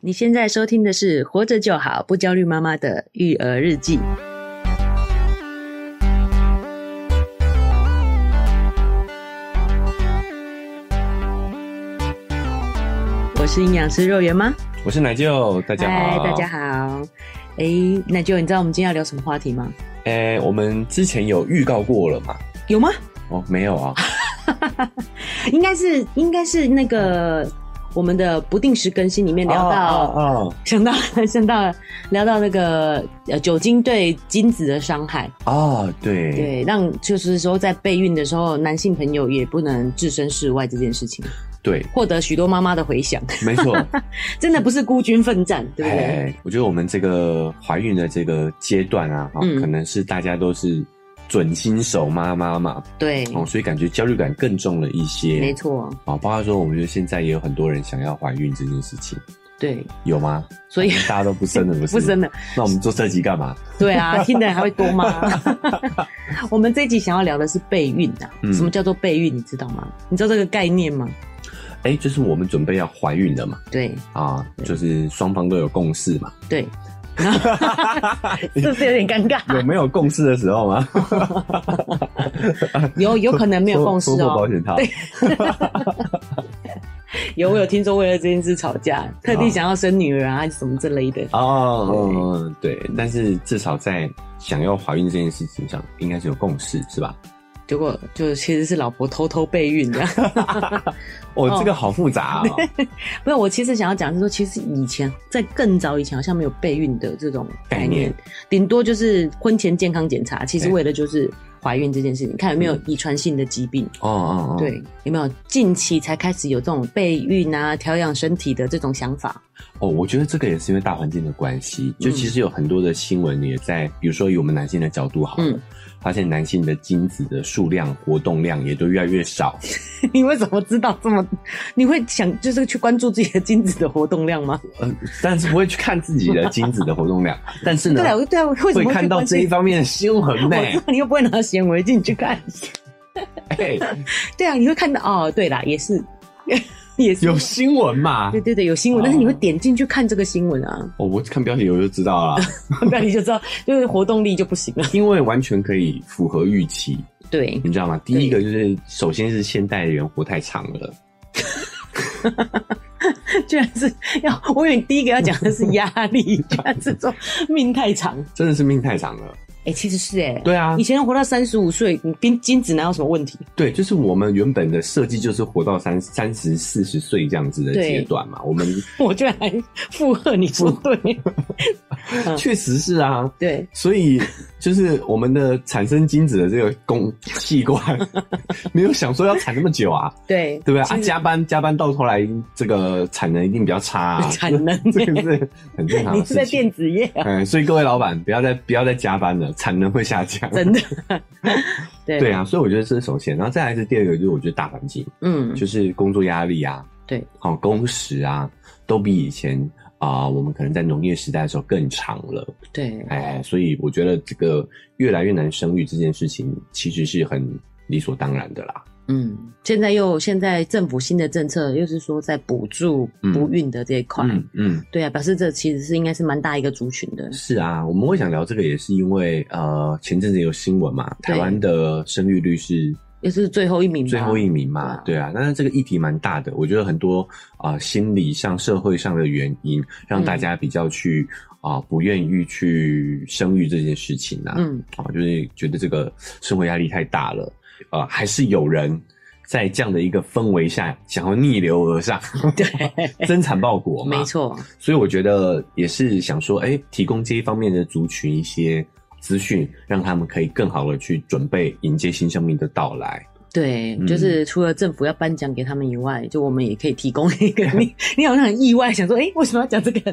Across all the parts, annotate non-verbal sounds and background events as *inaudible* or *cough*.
你现在收听的是《活着就好，不焦虑妈妈的育儿日记》。我是营养师肉圆妈，我是奶舅，大家嗨，好，大家。好。哎、奶舅，你知道我们今天要聊什么话题吗？哎、我们之前有预告过了嘛？有吗？哦，没有啊，应该是，应该是那个我们的不定时更新里面 *laughs* 聊到啊啊啊想到了，想到了，聊到那个呃酒精对精子的伤害，啊，对对，让就是说在备孕的时候，男性朋友也不能置身事外这件事情，对获得许多妈妈的回响， *laughs* 没错。真的不是孤军奋战，对不对？哎，我觉得我们这个怀孕的这个阶段啊，哈、嗯可能是大家都是准新手妈妈嘛，对，哦，所以感觉焦虑感更重了一些。没错，啊、包括说，我觉得现在也有很多人想要怀孕这件事情，对，有吗？所以大家都不生了，哎不是？ *laughs* 不生了，那我们做这集干嘛？对 *laughs* 啊，听的人还会多吗？我们这一集想要聊的是备孕啊，嗯什么叫做备孕？你知道吗？你知道这个概念吗？哎、就是我们准备要怀孕了嘛，对啊，就是双方都有共识嘛。对， *laughs* 是不是有点尴尬？有没有共识的时候 *laughs* 吗？有有可能没有共识收获哦保。险套，有，我有听说为了这件事吵架，特地哦想要生女儿啊，还是什么这类的。哦，嗯对，但是至少在想要怀孕这件事情上，应该是有共识，是吧？结果就其实是老婆偷偷备孕的。 *laughs* 哦哦，这个好复杂啊、 *laughs* 不是，我其实想要讲是说，其实以前在更早以前好像没有备孕的这种概概念念，顶多就是婚前健康检查，其实对为的就是怀孕这件事情，看有没有遗传性的疾病。哦哦哦，对，有没有近期才开始有这种备孕啊、调养身体的这种想法？ *laughs* 哦，我觉得这个也是因为大环境的关系，就其实有很多的新闻也在，比如说以我们男性的角度好了，嗯发现男性的精子的数量、活动量也都越来越 *laughs* 少。你为什么知道这么？你会想就是去关注自己的精子的活动量吗？呃，但是不会去看自己的精子的活动 *laughs* 量，但是呢，对啊对啊为什么会嗯会去看到关这一心方面的新闻呢、我知道 *laughs* 你又不会拿显微镜去看一下。哎， *laughs* 对啊，你会看到哦，对啦，也是， *laughs* 也是哎有新闻嘛对？对对，有新闻，哦但是你会点进去看这个新闻啊， *laughs* 哦，我看标题我就知道了，那你就知道，就是活动力就不行了。因为完全可以符合预期，对，你知道吗？第一个就是，首先是现代人活太长了， *laughs* 居然是要，我以为你第一个要讲的是压力， *laughs* 居然是说命太长。真的是命太长了。 *laughs* 哎、其实是哎、对啊以，前活到三十五岁，你跟精子哪有什么问题？ *laughs* 对，就是我们原本的设计就是活到三三十四十岁这样子的对阶段嘛，我们 *laughs* 我居然还附和你说对，嗯确实是啊。 *laughs* 对，所以，就是我们的产生精子的这个功器 *laughs* 官，没有想说要产那么久啊，对，对不对其啊？实加班加班到头来，这个产能一定比较差、啊，产能 *laughs* 欸 *laughs* 这个是很正常你的啊是事在情。电子业啊，嗯，所以各位老板不要再不要再加班了，产能会下降。真的。 *laughs* 对 *laughs* 对，啊，所以我觉得这是首先，然后再来是第二个，就是我觉得大环境，嗯，就是工作压力啊，对，好、工时啊，都比以前啊、我们可能在农业时代的时候更长了。对，哎，所以我觉得这个越来越难生育这件事情，其实是很理所当然的啦。嗯，现在又现在政府新的政策又是说在补助嗯不孕的这一块，嗯嗯，对啊，表示这其实是应该是蛮大一个族群的，是啊，我们会想聊这个，也是因为呃，前阵子有新闻嘛，对台湾的生育率是也是最后一名吧，最后一名嘛，嗯对对啊。但是这个议题蛮大的，我觉得很多啊、呃心理上、社会上的原因，让嗯大家比较去啊、不愿意去生育这件事情啊，嗯，啊、就是觉得这个生活压力太大了，呃，还是有人。在这样的一个氛围下，想要逆流而上，对增产 *laughs* 报国嘛，没错，所以我觉得也是想说，哎、提供这一方面的族群一些资讯，让他们可以更好的去准备迎接新生命的到来。对，嗯就是除了政府要颁奖给他们以外，就我们也可以提供一 *laughs* 个，你你好像很意外，想说，哎、为什么要讲这个？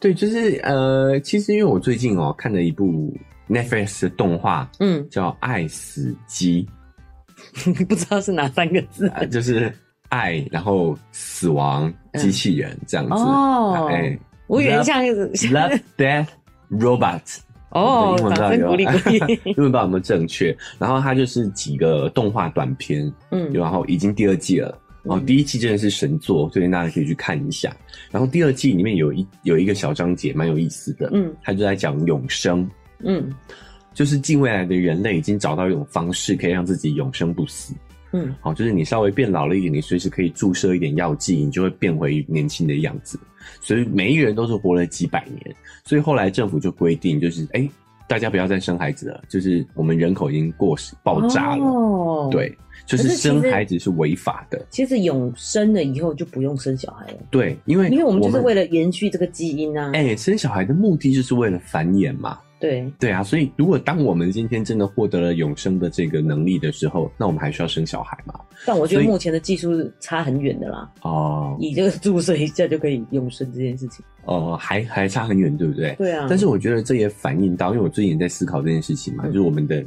对，就是呃，其实因为我最近哦看了一部 Netflix 的动画，嗯，叫《爱死机不知道是哪三个 *laughs* 字》，呃，就是爱，然后死亡机器人这样子。嗯哦哎我以为像，Love Death *laughs* Robot。哦，英文掌到声鼓励鼓 *laughs* 励，英文不知道有没有正确？然后它就是几个动画短片，嗯，然后已经第二季了，哦，第一季真的是神作，推荐大家可以去看一下。然后第二季里面有一有一个小章节蛮有意思的，嗯他就在讲永生，嗯就是近未来的人类已经找到一种方式可以让自己永生不死。嗯好，就是你稍微变老了一点，你随时可以注射一点药剂，你就会变回年轻的样子。所以每一个人都是活了几百年，所以后来政府就规定，就是哎、大家不要再生孩子了，就是我们人口已经过时爆炸了，哦，。对，就可是是其实生孩子是违法的，其实永生了以后就不用生小孩了，对，因为因为我们就是为了了延续这个基因啊。哎、生小孩的目的就是为了繁衍嘛，对，对啊，所以如果当我们今天真的获得了永生的这个能力的时候，那我们还需要生小孩吗？但我觉得所以目前的技术差很远的啦，哦、以这个注射一下就可以永生这件事情。哦、还还差很远，对不对？对啊，但是我觉得这也反映到，因为我最近也在思考这件事情嘛，嗯就是我们的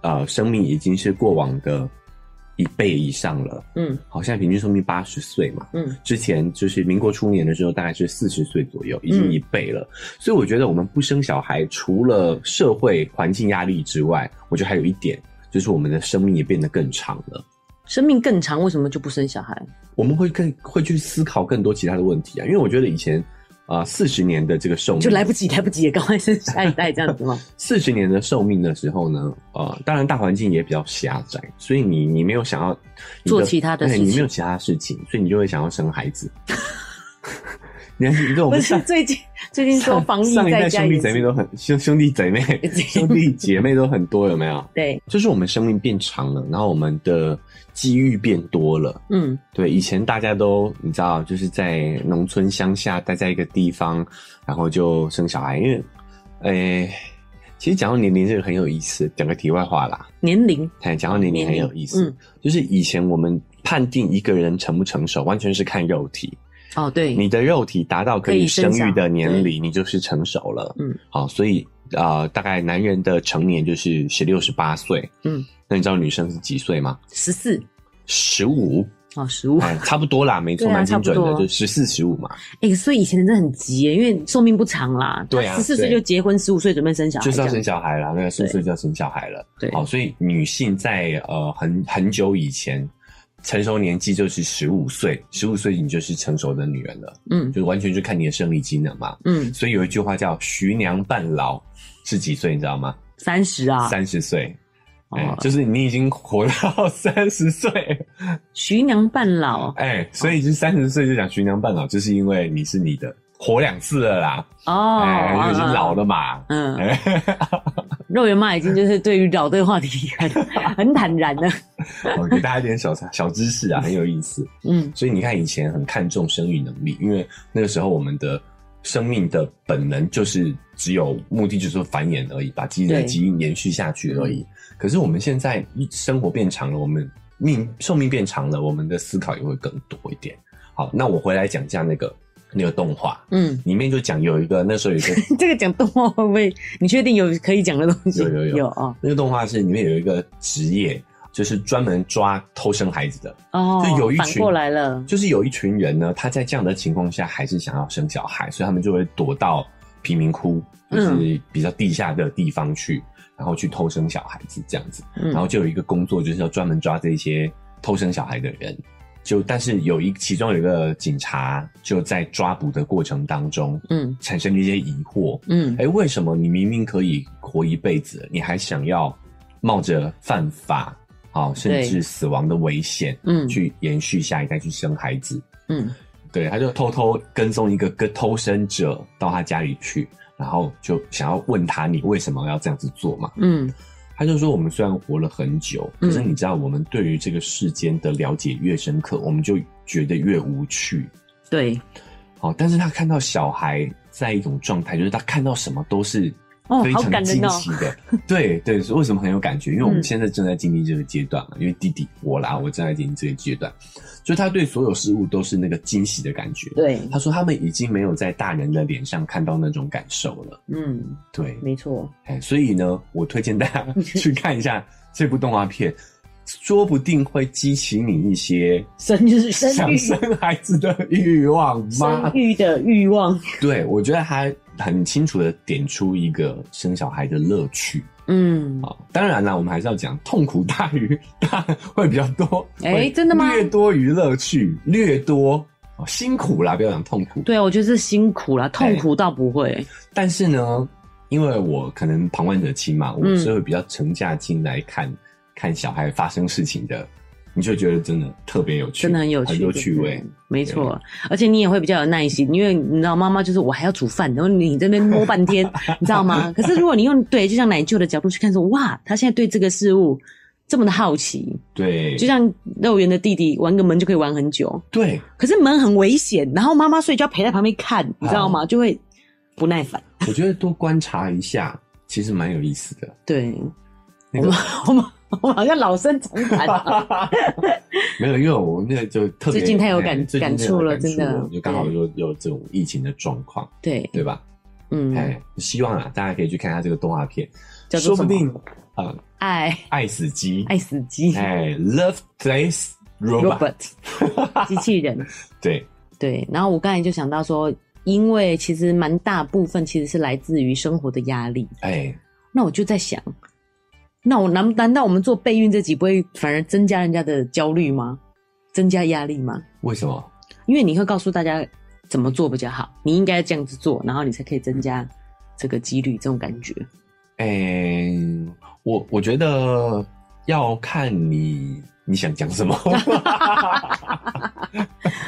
呃生命已经是过往的一倍以上了，嗯好像平均寿命八十岁嘛。嗯之前就是民国初年的时候，大概是四十岁左右，已经嗯一倍了。所以我觉得我们不生小孩，除了社会环境压力之外，我觉得还有一点就是我们的生命也变得更长了。生命更长，为什么就不生小孩？我们会更会去思考更多其他的问题啊，因为我觉得以前啊四十年的这个寿命就来不及，来不及，赶快生下一代这样子吗？四十年的寿命的时候呢，呃，当然大环境也比较狭窄，所以你你没有想要你做其他的事情对你没有其他事情，所以你就会想要生孩子。 *laughs* 你看，你跟不我们是上最近最近说上防疫上一代在家兄弟也姐妹是都很兄兄弟姐妹 *laughs* 兄弟姐妹都很多，有没有？对，就是我们生命变长了，然后我们的机遇变多了。嗯对，以前大家都你知道，就是在农村乡下待在一个地方，然后就生小孩，因为，诶、其实讲到年龄这个很有意思，讲个题外话啦。年龄哎，讲到年龄很有意思，嗯就是以前我们判定一个人成不成熟，完全是看肉体。哦对，你的肉体达到可以生育的年可以龄，你就是成熟了。嗯，好，所以啊、呃大概男人的成年就是十六、十八岁。嗯，那你知道女生是几岁吗？十四十五。哦十五，哎，差不多啦，没错，对啊蛮精准差的，不多就十四十五嘛，哎、所以以前人真的很急耶，因为寿命不长啦，对啊十四岁对就结婚，十五岁准备生小孩，就是要这样生小孩啦，那十四岁就要生小孩了。对好，所以女性在呃很很久以前，成熟年纪就是十五岁，十五岁你就是成熟的女人了，嗯就完全就看你的生理机能嘛。嗯，所以有一句话叫“徐娘半老”，是几岁你知道吗？三十啊，三十岁。哎、哦就是你已经活到三十岁，徐娘半老哎、所以就三十岁就讲徐娘半老，就是因为你是你的活两次了啦，哦，哎、因为已经老了嘛，嗯。嗯， *laughs* 哎肉圆妈已经就是对于老这个话题很 *laughs* 很坦然了。我给大家一点小小知识啊，很有意思。嗯所以你看，以前很看重生育能力，因为那个时候我们的生命的本能就是只有目的，就是繁衍而已，把自己的对基因延续下去而已。可是我们现在生活变长了，我们命寿命变长了，我们的思考也会更多一点。好，那我回来讲一下那个那个动画。嗯，里面就讲有一个那时候有一个这个讲动画会不会？你确定有可以讲的东西？有有有有哦那个动画是里面有一个职业，就是专门抓偷生孩子的。哦，就有一群反过来了。就是有一群人呢，他在这样的情况下还是想要生小孩，所以他们就会躲到贫民窟，就是比较地下的地方去，然后去偷生小孩子这样子。嗯然后就有一个工作，就是要专门抓这些偷生小孩的人。就但是有一其中有一个警察就在抓捕的过程当中嗯产生了一些疑惑，嗯哎，为什么你明明可以活一辈子，你还想要冒着犯法啊，甚对至死亡的危险？嗯去延续下一代去生孩子。嗯对，他就偷偷跟踪一个跟偷生者到他家里去，然后就想要问他你为什么要这样子做嘛？嗯他就说我们虽然活了很久，可是你知道我们对于这个世间的了解越深刻，我们就觉得越无趣。对好，但是他看到小孩在一种状态，就是他看到什么都是哦非好常感人惊哦奇的。 *laughs* 对对，所以为什么很有感觉？因为我们嗯现在正在经历这个阶段嘛，因为弟弟我啦，我正在经历这个阶段，所以他对所有事物都是那个惊喜的感觉。对，他说他们已经没有在大人的脸上看到那种感受了。嗯，对，没错。哎，所以呢，我推荐大家嗯 *laughs* 去看一下这部动画片。说不定会激起你一些生就是生想育生孩 *laughs* 子的欲望吗？生 *laughs* 育的欲望。对，我觉得他很清楚的点出一个生小孩的乐趣，嗯，好，当然啦，我们还是要讲痛苦大于大会比较多。哎会真的吗略多于乐趣，略多哦辛苦啦，不要讲痛苦。对啊，我觉得是辛苦啦，痛苦倒不会。但是呢，因为我可能旁观者清嘛，我嗯是会比较沉下心来看、看小孩发生事情的，你就觉得真的特别有趣，真的很有趣，很有对趣味。，没错。而且你也会比较有耐心，因为你知道妈妈就是我还要煮饭，然后你在那边摸半 *laughs* 天，你知道吗？可是如果你用对，就像奶舅的角度去看说哇，他现在对这个事物这么的好奇，对，就像幼儿园的弟弟玩个门就可以玩很久，对，可是门很危险，然后妈妈睡觉陪在旁边看，你知道哦吗？就会不耐烦。我觉得多观察一下，其实蛮有意思的。对，那我个们我们我们好像老生常谈 *laughs* 啊。没有，因为我那个就特别最近太有感哎最近感太有触了感真的就刚好对有有这种疫情的状况，对，对吧？嗯，哎、希望啊，大家可以去看一下这个动画片，叫说做不什么定啊、爱爱死机，爱死机哎，Love Place Robot， Robot 机器人。对，对，然后我刚才就想到说，因为其实蛮大部分其实是来自于生活的压力。哎，那我就在想，那我难难道我们做备孕这集不会反而增加人家的焦虑吗？增加压力吗？为什么？因为你会告诉大家怎么做比较好，你应该这样子做，然后你才可以增加这个几率，这种感觉。哎，我我觉得要看你你想讲什么。 *laughs*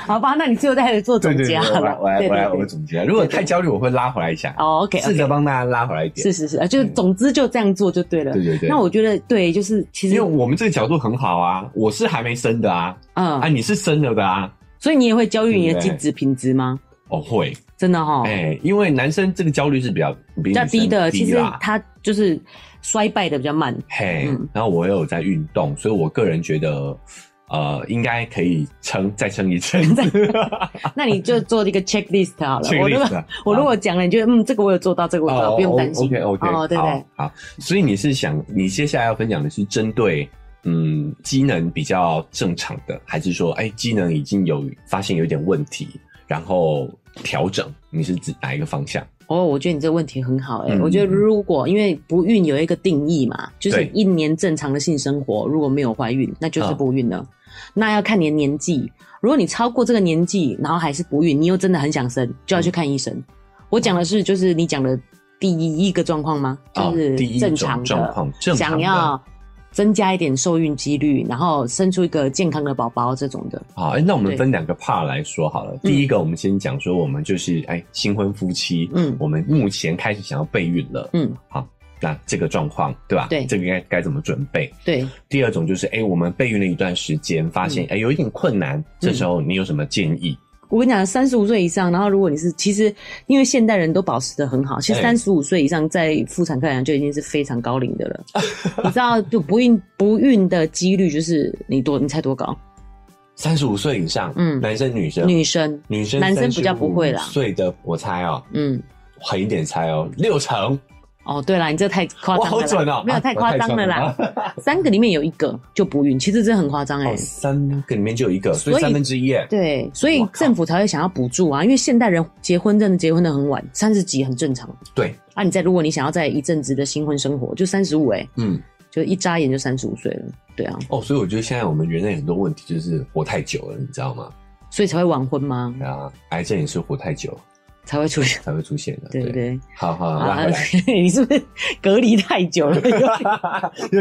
好吧，那你最后再来做总结好我来了。我来我来对我总结。如果太焦虑，我会拉回来一下，哦，OK，试着帮大家拉回来一点。是是是，啊，就嗯总之就这样做就对了。对对对。那我觉得对，就是其因为实我们这个角度很好啊，我是还没生的啊，嗯啊，，你是生了的啊。所以你也会焦虑你的对精不对子品质吗？哦，会，真的哈、哎、因为男生这个焦虑是比较比比较低的，其女实生啦它就是衰败的比较 *laughs* 慢。嘿，嗯然后我也有在运动，所以我个人觉得，呃，应该可以撑再撑一阵 *laughs* 子。 *laughs* 那你就做一个 checklist 好了。我如果 Checklist 啊我如果讲了，你觉得嗯，这个我有做到，这个我有做到，不用担心。 OK OK，哦，对对好，好。所以你是想，你接下来要分享的是针对嗯机能比较正常的，还是说哎机能已经有发现有点问题，然后调整？你是指哪一个方向？哦，我觉得你这个问题很好哎、嗯我觉得如果因为不孕有一个定义嘛，就是对哦一年正常的性生活，如果没有怀孕，那就是不孕了。那要看你的年纪，如果你超过这个年纪，然后还是不孕，你又真的很想生，就要去看医生。嗯我讲的是，就是你讲的第一个状况吗？哦就，是第一正种常的，状况，正常想的啊、要增加一点受孕几率，然后生出一个健康的宝宝这种的。好，哎，那我们对分两个 part 来说好了。第一个，我们先讲说，我们就是哎新婚夫妻，嗯我们目前开始想要备孕了，嗯，好，那这个状况对吧？对这个应该该怎么准备？对，第二种就是，哎、我们备孕了一段时间，发嗯现哎、诶有一点困难，这时候你有什么建议？我跟你讲，三十五岁以上，然后如果你是其实因为现代人都保持的很好，其实哎三十五岁以上在妇产科来讲就已经是非常高龄的 *laughs* 了。你知道，就不孕不孕的几率就是你多，你猜多高？三十五岁以上，嗯男生女生，女生，女生男生比较不会啦岁的我猜哦、嗯，狠一点猜哦、六成，哦，对啦，你这太夸哇，张了啦，好准哦、没有啊太夸张了啦，。我太准了 *laughs* 三个里面有一个就不孕，其实这很夸张哎、哦，三个里面就有一个，所以所以三分之一耶。对，所以我靠政府才会想要补助啊，因为现代人结婚真的结婚的很晚，三十几很正常对，啊。你再如果你想要在一阵子的新婚生活，就三十五哎，嗯，就一眨眼就三十五岁了，对啊，哦，所以我觉得现在我们人类很多问题就是活太久了，你知道吗？所以才会晚婚吗？对啊，癌症也是活太久才会出现，才会出现的。对不对？好好拉啊回来，， *laughs* 你是不是隔离太久 *laughs* 了？有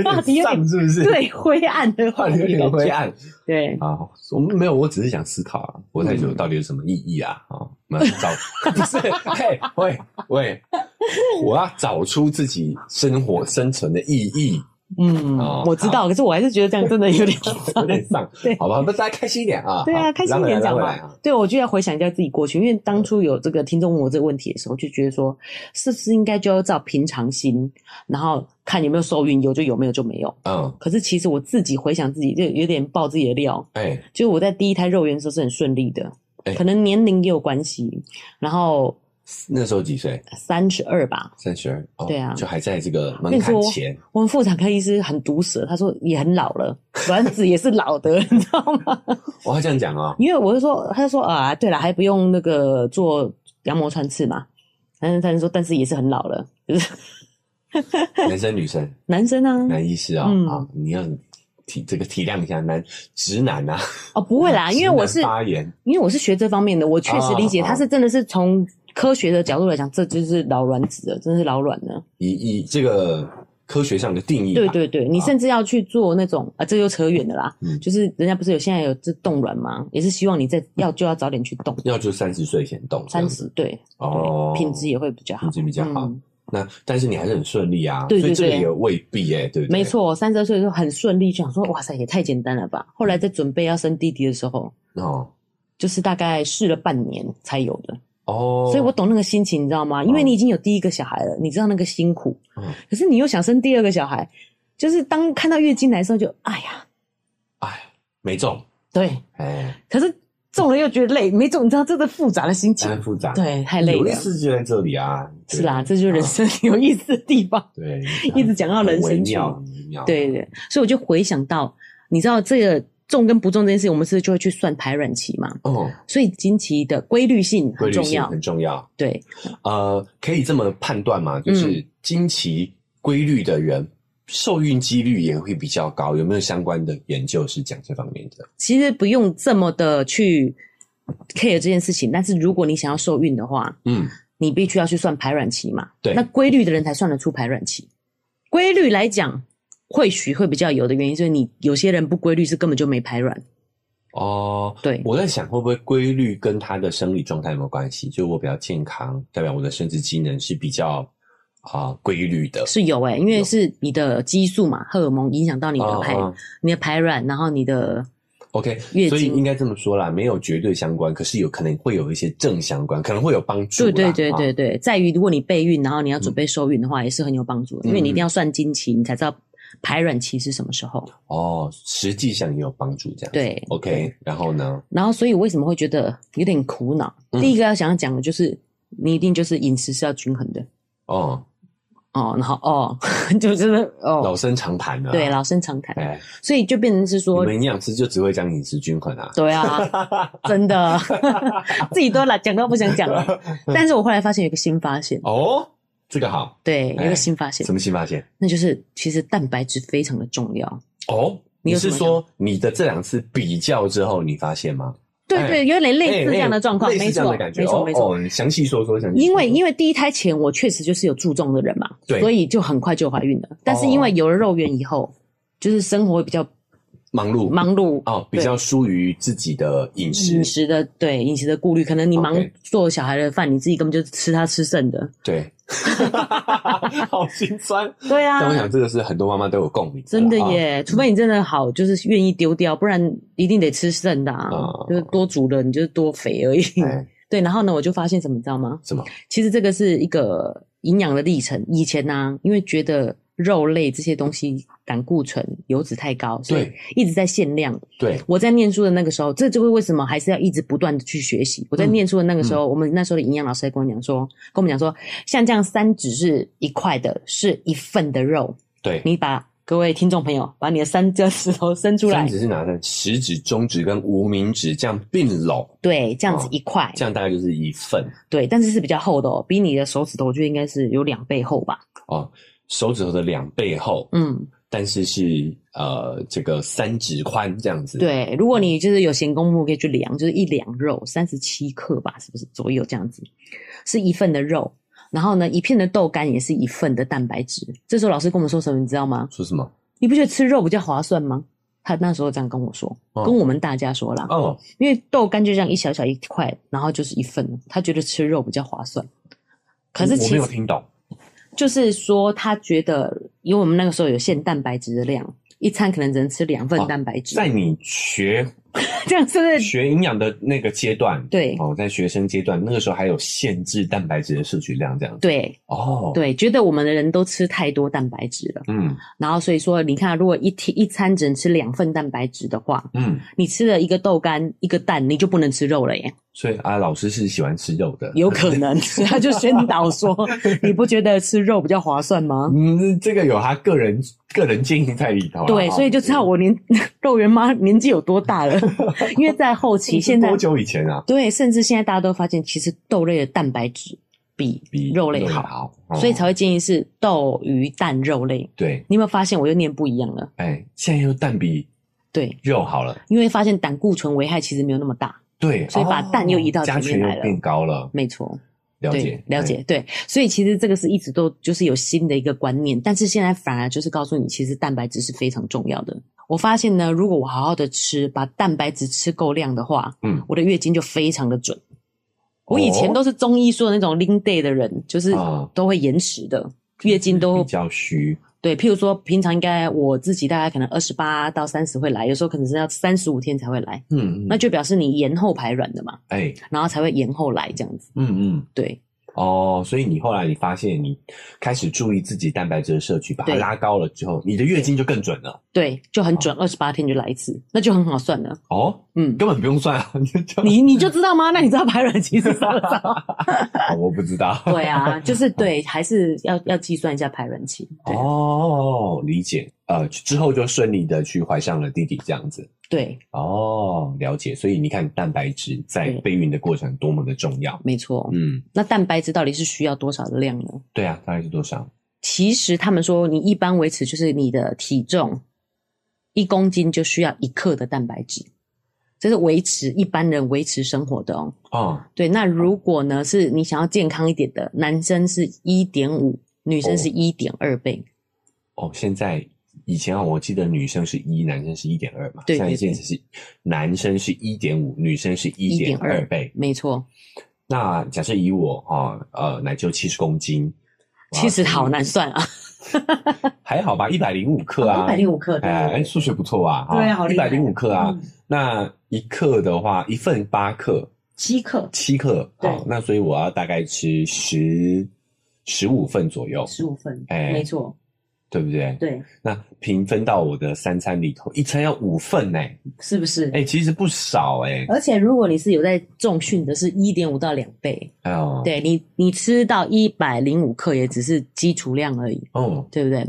话题有点点丧是不是？对，灰暗的呃话 *laughs* 话题有题点感灰觉，暗对，啊！我们没有，我只是想思考啊，活太久嗯到底有什么意义啊？啊，我们要 *laughs* 找不是？嘿，喂喂，我要找出自己生活生存的意义，嗯哦，我知道，可是我还是觉得这样真的有 *laughs* 点有点丧对，好吧？那大家开心一点啊！对啊，好开心一点拉讲回来拉回来嘛啊。对，我就要回想一下自己过去，因为当初有这个听众问我这个问题的时候，就觉得说，是不是应该就要照平常心，然后看有没有受孕，有就有，没有就没有。嗯，可是其实我自己回想自己，就有点爆自己的料，哎，就我在第一胎肉圆的时候是很顺利的哎，可能年龄也有关系，然后那时候几岁？三十二吧。三十二。哦对啊就还在这个门跟你槛说前。我们妇产科医师很毒舌，他说也很老了，卵子也是老的， *laughs* 你知道吗？ *laughs* 我要这样讲 *laughs* 啊，因为我就说，他就说啊，对了，还不用那个做羊膜穿刺嘛。但是他就说，但是也是很老了，就是男生女生，男生啊，男医师啊、嗯啊，你要体这个体谅一下男直男啊，哦，不会啦，因为我直是男发言，因为我是学这方面的，我确实理解，啊他是真的是从科学的角度来讲，这就是老卵子了，真的是老卵了。以以这个科学上的定义吧，啊对对对，你甚至要去做那种啊，这又扯远了啦。嗯就是人家不是有现在有这冻卵吗？也是希望你 *laughs* 在要就要早点去冻，要就三十岁前动，这三样子十对哦，品质也会比较好品。质比较好。嗯，那但是你还是很顺利啊，对对所以这对个也未必哎、对不对？没，错，三十岁的时候很顺利，就想说哇塞，也太简单了吧。后来在准备要生弟弟的时候，哦就是大概试了半年才有的。哦，所以我懂那个心情，你知道吗？因为你已经有第一个小孩了，你知道那个辛苦，嗯可是你又想生第二个小孩，就是当看到月经来的时候就，哎呀，哎没中，对，哎，可是中了又觉得累，没中，你知道这个复杂的心情，很复杂，，对，太累哎有意了。思就在这里啊，对是啦，这就是人生 *laughs* 有意思的地 *laughs* 方。对， *laughs* 一直讲到人生很微去妙，很微妙，对对，对所以我就回想到，你知道这个中跟不中这件事，我们是就会去算排卵期嘛，哦，所以经期的规律性规很律重性要。很重要。对，呃，可以这么判断嗯吗？就是经期规律的人，受孕几率也会比较高。有没有相关的研究是讲这方面的？其实不用这么的去 care 这件事情，但是如果你想要受孕的话，嗯，你必须要去算排卵期嘛。对那规律的人才算得出排卵期。规律来讲，或许会比较有的原因，就是你有些人不规律是根本就没排卵。哦，对我在想会不会规律跟他的生理状态有没有关系？就我比较健康，代表我的生殖机能是比较啊、规律的。是有欸诶、因为是你的激素嘛，荷尔蒙影响到你的啊排、啊你的排卵，然后你的 OK，月经所以应该这么说啦，没有绝对相关，可是有可能会有一些正相关，可能会有帮助啦。嗯对对对啊对对，在于如果你备孕，然后你要准备受孕的话，也是很有帮助的，因为你一嗯定要算经期，你才知道排卵期是什么时候。哦，实际上也有帮助这样子。对，OK，然后呢？然后，所以我为什么会觉得有点苦恼？嗯第一个要想要讲的就是，你一定就是饮食是要均衡的哦，哦，然后哦， *laughs* 就真的哦，老生常谈了、啊。对，老生常谈，哎，所以就变成是我说们，营养师就只会讲饮食均衡啊。对啊， *laughs* 真的， *laughs* 自己都懒，讲到不想讲了。但是我后来发现有一个新发现，哦，这个好，对，有一哎个新发现什，么新发现？那就是其实蛋白质非常的重要。哦，你你有是什么说你的这两次比较之后，你发现吗？对哎对，有点类似哎这样的状况，类没似这错，样没的感觉。错，哦没错。哦，你详细说说，详细说说。因为因为第一胎前我确实就是有注重的人嘛，对哦所以就很快就怀孕了。但是因为有了肉圆以后，就是生活会比较忙碌忙碌，哦，比较疏于自己的饮食饮，食的对饮食的顾虑，可能你忙 OK 做小孩的饭，你自己根本就吃他吃剩的。对， *laughs* 好心酸。对啊但我想这个是很多妈妈都有共鸣，啊真的。耶，除非你真的好，就是愿意丢掉，不然一定得吃剩的啊哦。就是多煮了，你就是多肥而已。哎， *laughs* 对，然后呢，我就发现什么，你知道吗？什么？其实这个是一个营养的历程。以前呢、因为觉得肉类这些东西胆固醇、油脂太高，所以对一直在限量。对，我在念书的那个时候，这就是为什么还是要一直不断的去学习。我在念书的那个时候，我们那时候的营养老师还跟我讲说，跟我们讲说，像这样三指是一块的，是一份的肉，对，你把。各位听众朋友，把你的三只指头伸出三来，指是拿的食指、中指跟无名指这样并拢，对，这样子哦一块，这样大概就是一份对，但是是比较厚的哦，比你的手指头，我觉得应该是有两倍厚吧。哦，手指头的两倍厚，嗯，但是是呃这个三指宽这样子。，对，如果你就是有闲工夫，可以去量，就是一两肉三十七克吧，是不是左右这样子？是一份的肉，然后呢，一片的豆干也是一份的蛋白质。这时候老师跟我们说什么，你知道吗？说什么？你不觉得吃肉比较划算吗？他那时候这样跟我说，哦跟我们大家说啦，哦，因为豆干就这样一小小一块，然后就是一份，他觉得吃肉比较划算。可是嗯我其没有实听懂。就是说，他觉得，因为我们那个时候有限蛋白质的量，一餐可能只能吃两份哦蛋白质，在你学这样是不是学营养的那个阶段，对哦，在学生阶段，那个时候还有限制蛋白质的摄取量，这样子。对？哦，，对，觉得我们的人都吃太多蛋白质了，嗯然后所以说，你看，啊如果一天一餐只能吃两份蛋白质的话，嗯，你吃了一个豆干、一个蛋，你就不能吃肉了耶，所以啊，老师是喜欢吃肉的，有可能， *laughs* 所以他就宣导说，你不觉得吃肉比较划算吗？嗯，这个有他个人个人建议在里头啦。对，哦所以就知道我年 *laughs* 肉圆妈年纪有多大了， *laughs* 因为在后期这是现在多久以前啊？对，甚至现在大家都发现，其实豆类的蛋白质比比肉类好，好，哦所以才会会建议是豆鱼蛋肉类。对。你有没有发现我又念不一样了？哎，现在又蛋比对，肉好了，因为发现胆固醇危害其实没有那么大，对，所以把蛋又移到哦加前权面来又了变高了，没错。了解哎对，了解，对，所以其实这个是一直都就是有新的一个观念，但是现在反而就是告诉你，其实蛋白质是非常重要的。我发现呢，如果我好好的吃，把蛋白质吃够量的话，嗯我的月经就非常的准。我以前哦都是中医说的那种 lean day 的人，就是啊都会延迟的，月经哎都比较虚，对。譬如说，平常应该我自己大概可能二十八到三十会来，有时候可能是要三十五天才会来，嗯，嗯那就表示你延后排卵的嘛，哎，然后才会延后来这样子。嗯嗯，对，哦，所以你后来你发现你开始注意自己蛋白质的摄取，把它对拉高了之后，你的月经就更准了，对，就很准，二十八天就来一次，那就很好算了。哦，嗯，根本不用算啊，你就你你就知道吗？那你知道排卵期是什么时 *laughs* 候？哦我不知道， *laughs* 对啊，就是对，还是要要计算一下排卵期。对、哦，理解，呃，之后就顺利的去怀上了弟弟这样子。对，哦，了解。所以你看，蛋白质在对备孕的过程多么的重要。没错。嗯，那蛋白质到底是需要多少的量呢？对啊，大概是多少？其实他们说，你一般维持就是你的体重一公斤就需要一克的蛋白质，这是维持一般人维持生活的哦。哦，对，那如果呢是你想要健康一点的，男生是一点五，女生是一点二倍。哦，现在以前啊，我记得女生是一，男生是一点二嘛。对现在对现在是男生是一点五，女生是一点二1.2倍。没错，那假设以我哈呃奶就七十公斤，哇其实好，难算啊，还好吧，一百零五克啊，五克哎哎，数学不错啊，哈对啊好一厉百害零五克啊嗯，那一克的话，一份八克，七克，七克，对好，那所以我要大概吃十十五份左右，十五份，哎没错，对不对？对，那平分到我的三餐里头，一餐要五份呢、是不是？哎、其实不少哎、而且如果你是有在重训的，是一点五到两倍，哎呦，，嗯对你，你吃到一百零五克也只是基础量而已，哦，对不对？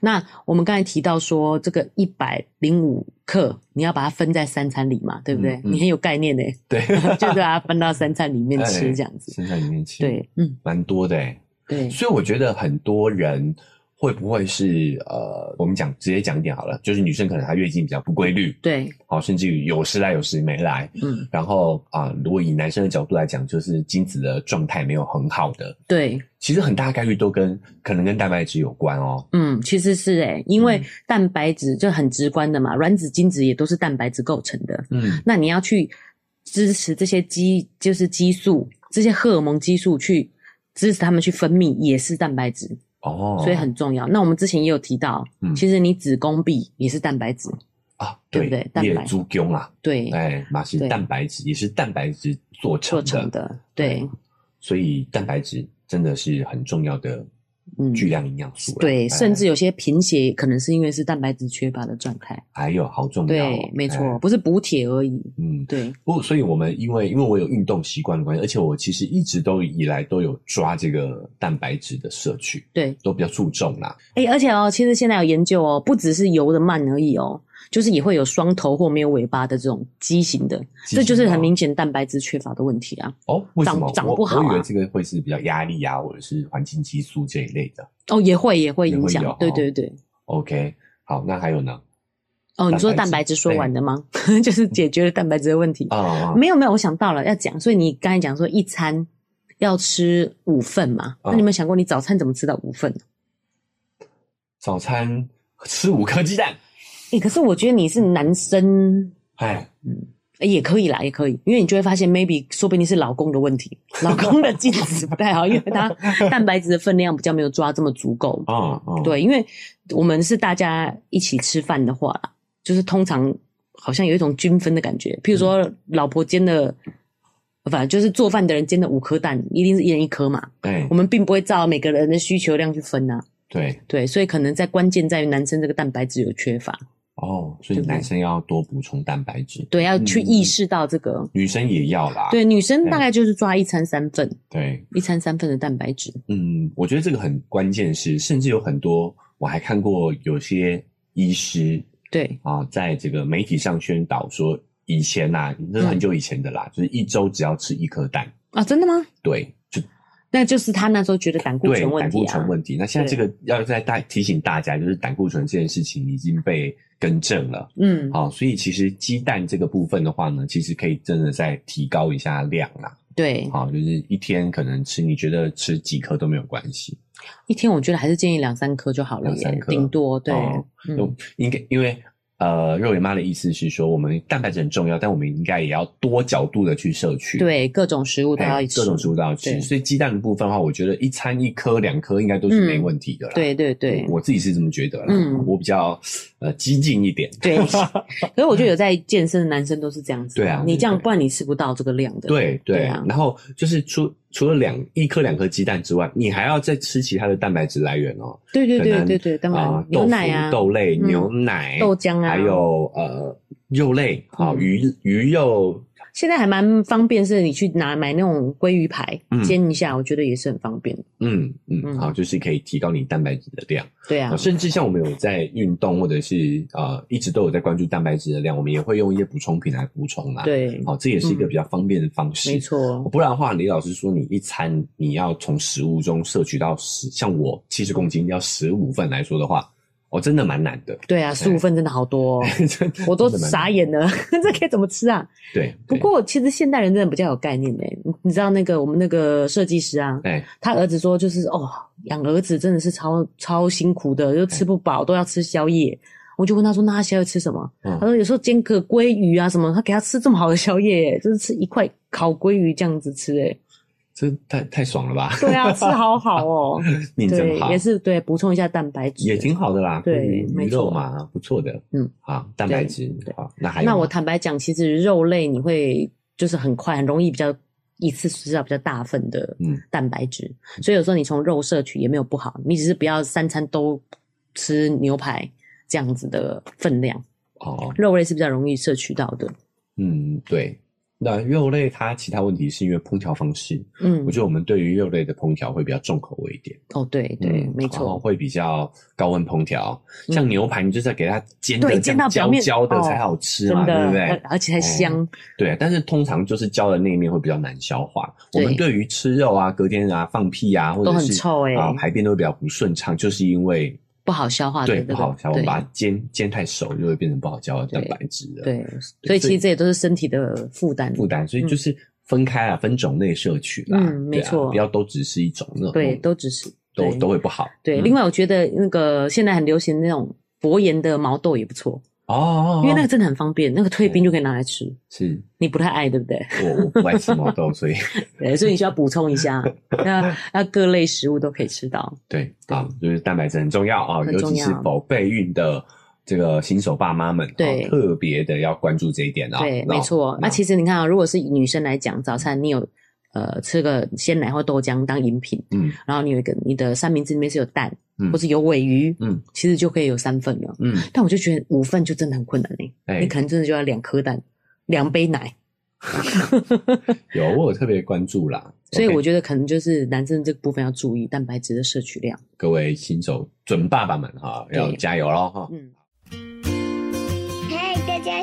那我们刚才提到说，这个一百零五克你要把它分在三餐里嘛，对不对？嗯嗯你很有概念 *laughs* 呢、对，就是把它分到三餐里面哎吃这样子。现在里面吃，，对，嗯，蛮多的哎、对，所以我觉得很多人会不会是呃，我们讲直接讲一点好了，就是女生可能她月经比较不规律，对，好，甚至于有时来有时没来，嗯，然后啊、如果以男生的角度来讲，就是精子的状态没有很好的，对，其实很大概率都跟可能跟蛋白质有关哦。嗯，其实是诶、因为嗯蛋白质就很直观的嘛，卵子、精子也都是蛋白质构成的。嗯，那你要去支持这些激，就是激素，这些荷尔蒙激素去支持它们去分泌，也是蛋白质，哦，所以很重要。那我们之前也有提到，嗯其实你子宫壁也是蛋白质，啊，对对不对蛋白也足弓啦，对，哎，马是对蛋白质也是蛋白质做成做的，哎成的，对，所以蛋白质真的是很重要的嗯巨量营养素啦、对，哎甚至有些贫血可能是因为是蛋白质缺乏的状态，还有好重要哦、对，没错，哎不是补铁而已，嗯，对，不，所以我们因为因为我有运动习惯的关系，而且我其实一直都以来都有抓这个蛋白质的摄取，对。都比较注重啦。哎、而且哦，其实现在有研究哦，不只是游的慢而已哦，就是也会有双头或没有尾巴的这种畸形的，畸形这就是哦很明显蛋白质缺乏的问题啊。哦，为什么长长我不好啊我以为这个会是比较压力啊，或者是环境激素这一类的。哦，也会也会也会影响有，对哦对对。 OK，好，那还有呢？哦，你说蛋蛋白白质质说完了吗？ *laughs* 就是解决了蛋白质的问题。啊、啊没有没有，我想到了要讲，所以你刚才讲说一餐要吃五份嘛，啊那你有没有想过你早餐怎么吃到五份？早餐吃五颗鸡蛋，哎、可是我觉得你是男生，哎，欸也可以啦，也可以，因为你就会发现，maybe 说不定是老公的问题，老公的 *laughs* 精子不太好，因为他蛋白质的分量比较没有抓这么足够。啊、嗯、啊，对，因为我们是大家一起吃饭的话啦，就是通常好像有一种均分的感觉。譬如说，嗯老婆煎了，反正就是做饭的人煎了五颗蛋，一定是一人一颗嘛。哎我，们并不会照每个人的需求量去分呐、对，对，所以可能在关键在于男生这个蛋白质有缺乏，哦，所以对不对男生要多补充蛋白质，对，要去嗯意识到这个。女生也要啦。对，女生大概就是抓一餐三份，对，一餐三份的蛋白质。嗯，我觉得这个很关键是，甚至有很多我还看过有些医师对啊，在这个媒体上宣导说，以啊前呐、这是很久以前的啦，就是一周只要吃一颗蛋，啊，真的吗？对，就那就是他那时候觉得胆固对醇问胆题固啊醇。问题。那现在这个要再大提醒大家，就是胆固醇这件事情已经被更正了。嗯，好，所以其实鸡蛋这个部分的话呢，其实可以真的再提高一下量啦。对，好，就是一天可能吃，你觉得吃几颗都没有关系。一天我觉得还是建议两三颗就好了两三耶，颗顶多对，哦嗯就，应该因为呃，肉圆妈的意思是说，我们蛋白质很重要，但我们应该也要多角度的去摄取。。对，各种食物都要哎一起各种食物都要对吃，所以鸡蛋的部分的话，我觉得一餐一颗、两颗应该都嗯是没问题的啦。对对对我自己是这么觉得啦。嗯我比较呃激进一点。 *laughs* 对，可是我觉得有在健身的男生都是这样子，嗯对啊你这样对不然你吃不到这个量的，对对对啊然后就是除除了两一颗两颗鸡蛋之外，你还要再吃其他的蛋白质来源哦，对对可对能对对，当啊然豆牛腐奶啊、豆类、嗯牛奶、豆浆啊，还有呃肉类啊、嗯鱼鱼肉，现在还蛮方便，是你去拿买那种鲑鱼排嗯煎一下，我觉得也是很方便。嗯嗯，嗯好、就是可以提高你蛋白质的量。对啊啊，甚至像我们有在运动或者是呃一直都有在关注蛋白质的量，我们也会用一些补充品来补充啦。，对，啊嗯好、这也是一个比较方便的方式。没错，不然的话，李老师说你一餐你要从食物中摄取到十，像我七十公斤要十五份来说的话，哦，真的蛮难的，对啊，十五份真的好多、 *laughs* 哦，真的 *laughs* 我都哎真的蛮傻难眼了， *laughs* 这该怎么吃啊？对，不对过其实现代人真的比较有概念呢、你你知道那个我们那个设计师啊，哎，他儿子说就是哦，养儿子真的是超超辛苦的，又吃不饱，都要吃宵夜。我就问他说，那他宵夜吃什么？嗯他说有时候煎个鲑鱼啊什么，他给他吃这么好的宵夜、欸就是吃一块烤鲑鱼这样子吃、 *laughs* 欸，这太太爽了 *laughs* 吧？对啊，吃好好 *laughs* 哦，命真对，好也，是对，补充一下蛋白质，也挺。好的啦，对嗯没鱼肉错嘛，不错的，嗯，好，蛋白质对，好，那还有那我吗坦白讲，其实肉类你会就是很快很容易比较一次吃到比较大份的嗯蛋白质，所以有时候你从肉摄取也没有不好，你只是不要三餐都吃牛排这样子的分量，哦，肉类是比较容易摄取到的。嗯，对。那肉类它其他问题是因为烹调方式，嗯我，觉得我们对于肉类的烹调会比较重口味一点，哦，对对，嗯没然后错，会比较高温烹调。像嗯牛排，你就是要给它煎对的这煎到样表焦面焦的哦才好吃真嘛，对的不，对？哦而且还香。对，但是通常就是焦的那一面会比较难消化。我对们对于吃肉啊、隔天啊、放屁啊，或都者很是臭欸啊排便都会比较不顺畅，就是因为不好消化的对这个不好消化，我对们把它煎煎太熟，就会变成不好消化的蛋对白质的对，所以其所以实这也都是身体的负担。负担，所以嗯就是分开啊，分种类摄取啦，嗯对没啊错不要都只吃一种那种，对，都只吃都对都会不好。对，嗯另外我觉得那个现在很流行那种薄盐的毛豆也不错，哦哦，哦嗯因为那个真的很方便，那个退冰就可以拿来吃。是你不太爱，对不 *laughs* 对？我我不爱吃毛豆，所以对，所以你需要补充一 *laughs* 下。那那各类食物都可以吃到。对对嗯啊，就是蛋白质很重要啊，很尤重其是要否备孕的这个新手爸妈们，啊对特别的要关注这一点啊。对，那没错。那其实实你看啊，如果是以女生来讲，早餐你有呃吃个鲜奶或豆浆当饮品，嗯然后你有一个你的三明治里面是有蛋，嗯或是有尾鱼，嗯其实就可以有三份了。嗯，但我就觉得五份就真的很困难嘞、哎你，可能真的就要两颗蛋，两杯奶。有我有特别关注啦，所以 OK，我觉得可能就是男生这个部分要注意蛋白质的摄取量。各位新手准爸爸们哈，要对加油喽哈。嗯，嗨，大家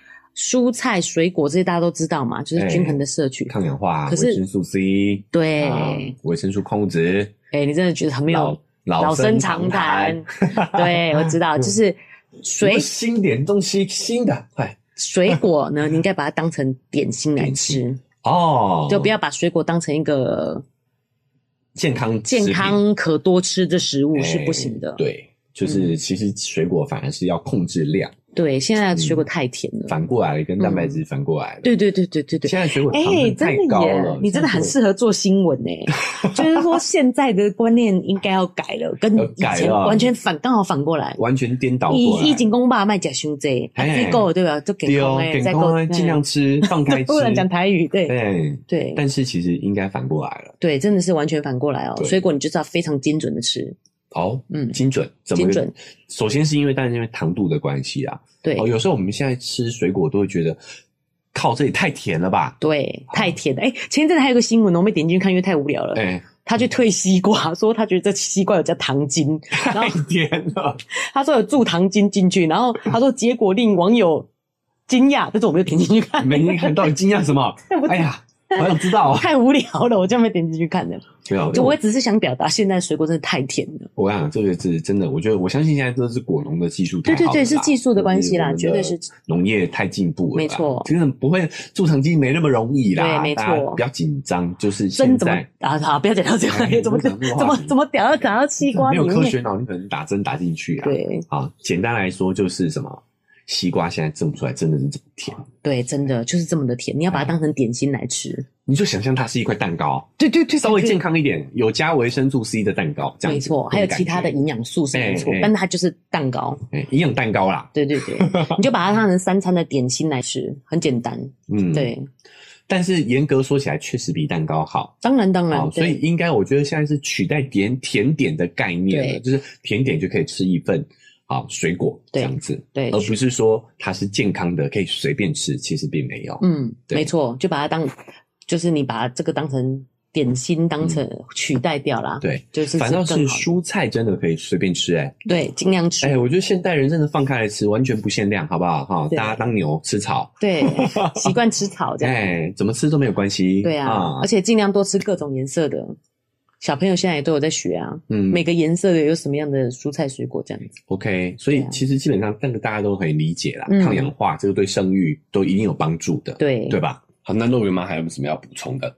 蔬菜、水果这些大家都知道嘛，就是均衡的摄取。哎抗氧化、可是维生素 C，对，啊哎、维生素矿物质，你真的觉得很没有老老生常嗯谈。 *laughs* 对，我知道，就是什水么新点东西，新的，快水果呢，你应该把它当成点心来嗯点心吃，哦，就不要把水果当成一个健康健食品哎康可多吃的食物是不行的。嗯哎对，就是其实水果反而是要控制量，对，现在的水果太甜了。反过来跟蛋白质反过来了。嗯对对对对对对，现在水果糖哎、分真太的高耶了，，你真的很适合做新 *laughs* 闻哎、就是说现在的观念应该要改了，跟要以改前了完全反，刚好反过来。完全颠倒以过来。以前公爸卖假胸这，嘿这够对吧？就给对够哦，哎，健再康够啊，尽量吃，放开 *laughs* 吃。不能讲台语，对对，对但是其实应该反过来了。对，真的是完全反过来哦。对水果你就是要非常精准的吃，哦，嗯，精准，怎么精个准？首先是因为，但是因为糖度的关系啊。对哦，有时候我们现在吃水果都会觉得，靠，这也太甜了吧？对，太甜了。哎，前一阵子还有个新闻哦，我没点进去看，因为太无聊了。哎，他去退西瓜，说他觉得这西瓜有加糖精，然太后甜了。他说有注糖精进去，然后他说结果令网友惊讶，但是我没有点进去 *laughs* 看，没人看到底惊讶什 *laughs* 么？哎呀，好想知道啊！太无聊了，我就没点进去看的。没有，就我只是想表达，现在水果真的太甜了。我想这个是真的，我觉得我相信现在都是果农的技术对太对好对，了是啦技术的关系啦，就是绝我对们的是农业太进步了啦，没错真的不会贮藏机没那么容易啦，对没错大家不要紧张，就是真现怎么在啊？好，不要讲到这哎个，怎么不要讲这个怎么话题怎么屌要讲到西瓜没里有科面？学脑，你可能打针打进去啊。对啊，简单来说就是什么，西瓜现在种出来真的是这么甜，对，真的就是这么的甜，你哎要把它当成点心来吃。你就想象它是一块蛋糕，对对对，稍微对健，康一点，有加维生素 C 的蛋糕，这样没子错，还有其他的这种营养素是没错哎哎，但它就是蛋糕。感觉哎营养蛋糕啦。对对 *laughs* 对，你就把它当成三餐的点心来吃，很简单。嗯，。对，但是严格说起来，确实比蛋糕好。当然当然好，，所以对应该我觉得现在是取代点甜点的概念对了，就是甜点就可以吃一份好水果这对样子，对而，不是说它是健康的可以随便吃，其实并没有。嗯，对没错，就把它当就是你把这个当成点心，当成取代掉啦。，嗯对，就是反倒更是好的蔬菜真的可以随便吃、哎对，尽量吃哎、。我觉得现代人真的放开来吃，完全不限量，好不好？哈，对大家当牛吃草， *laughs* 对，习惯吃草这样。哎、怎么吃都没有关系。对啊，而且尽量多吃各种颜色的。小朋友现在也都有在学啊，嗯，每个颜色的有什么样的蔬菜水果这样子。 OK，所对以啊其实基本上这个大家都可以理解啦，嗯抗氧化这个对生育都一定有帮助的，对，对吧？好，那肉圆妈还有什么要补充的？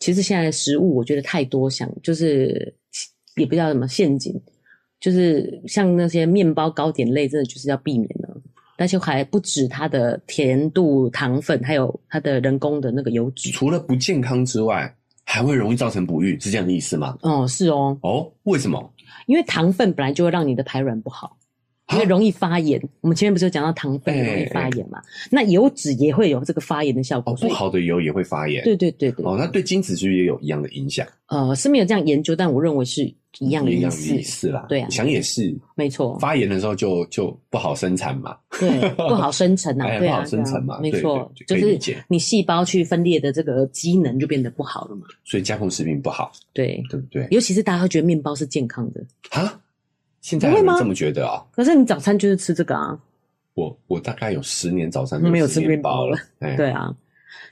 其实现在的食物我觉得太多想，就是也不知道什么陷阱，就是像那些面包、糕点类，真的就是要避免了。但是还不止它的甜度、糖分，还有它的人工的那个油脂。除了不健康之外，还会容易造成不育，是这样的意思吗？哦，是哦，哦，为什么？因为糖分本来就会让你的排卵不好，因为容易发炎。我们前面不是有讲到糖分啊哎容易发炎嘛？那油脂也会有这个发炎的效哦，果，所以不好的油也会发炎。对对对对，哦，那对精子是不是也有一样的影响？呃，是没有这样研究，但我认为是一样的一意样的思，意思啦。对啊哦想也是，没错，发炎的时候就就不好生产嘛。 *laughs* 对，不好生成呐、哎对啊，不好生成嘛对啊没错，对对对可以理就解是你细胞去分裂的这个机能就变得不好了嘛，所以加工食品不好，对，对不对？尤其是大家会觉得面包是健康的，啊，现在不还会有吗人这么觉得啊、可是你早餐就是吃这个啊，我我大概有十年早餐没有吃吃面面包包了了，哎，对啊。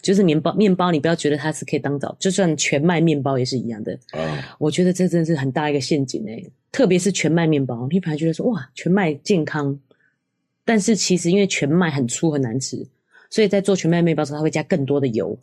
就是面包，面包你不要觉得它是可以当早，就算全麦面包也是一样的。嗯我觉得这真的是很大一个陷阱哎、特别是全麦面包，你本来觉得说哇全麦健康，但是其实因为全麦很粗很难吃，所以在做全麦面包的时候，它会加更多的油，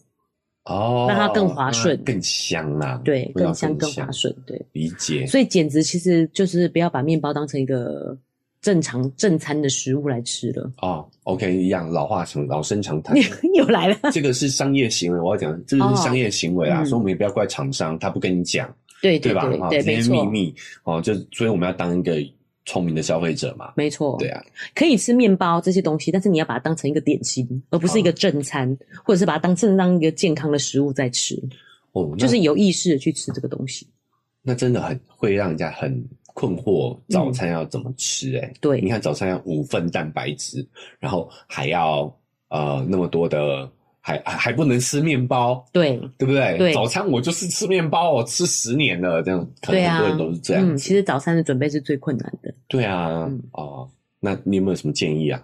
哦，让它更滑顺更香啦、对，味道更香更香滑顺，对。理解，所以简直其实就是不要把面包当成一个正常正餐的食物来吃了。哦，OK，一样老话常老生常 *laughs* 谈你。又来了，这个是商业行为，我要讲，这个是商业行为啊，哦嗯所以我们也不要怪厂商，他不跟你讲，对对对吧？对啊，对，这没些秘错，密哦，就所以我们要当一个聪明的消费者嘛，没错，对，啊，可以吃面包这些东西，但是你要把它当成一个点心，而不是一啊个正餐，或者是把它当正当一个健康的食物在吃，哦，那就是有意识的去吃这个东西。那真的很会让人家很困惑，早嗯餐要怎么吃、欸？哎、对你看早餐要五份蛋白质，然后还要呃那么多的，还还还不能吃面包，对，对不对？对早餐我就是吃面包，我吃十年了，这样，可对能啊很多人都是这样嗯，子。其实早餐的准备是最困难的。对啊，嗯哦，那你有没有什么建议啊？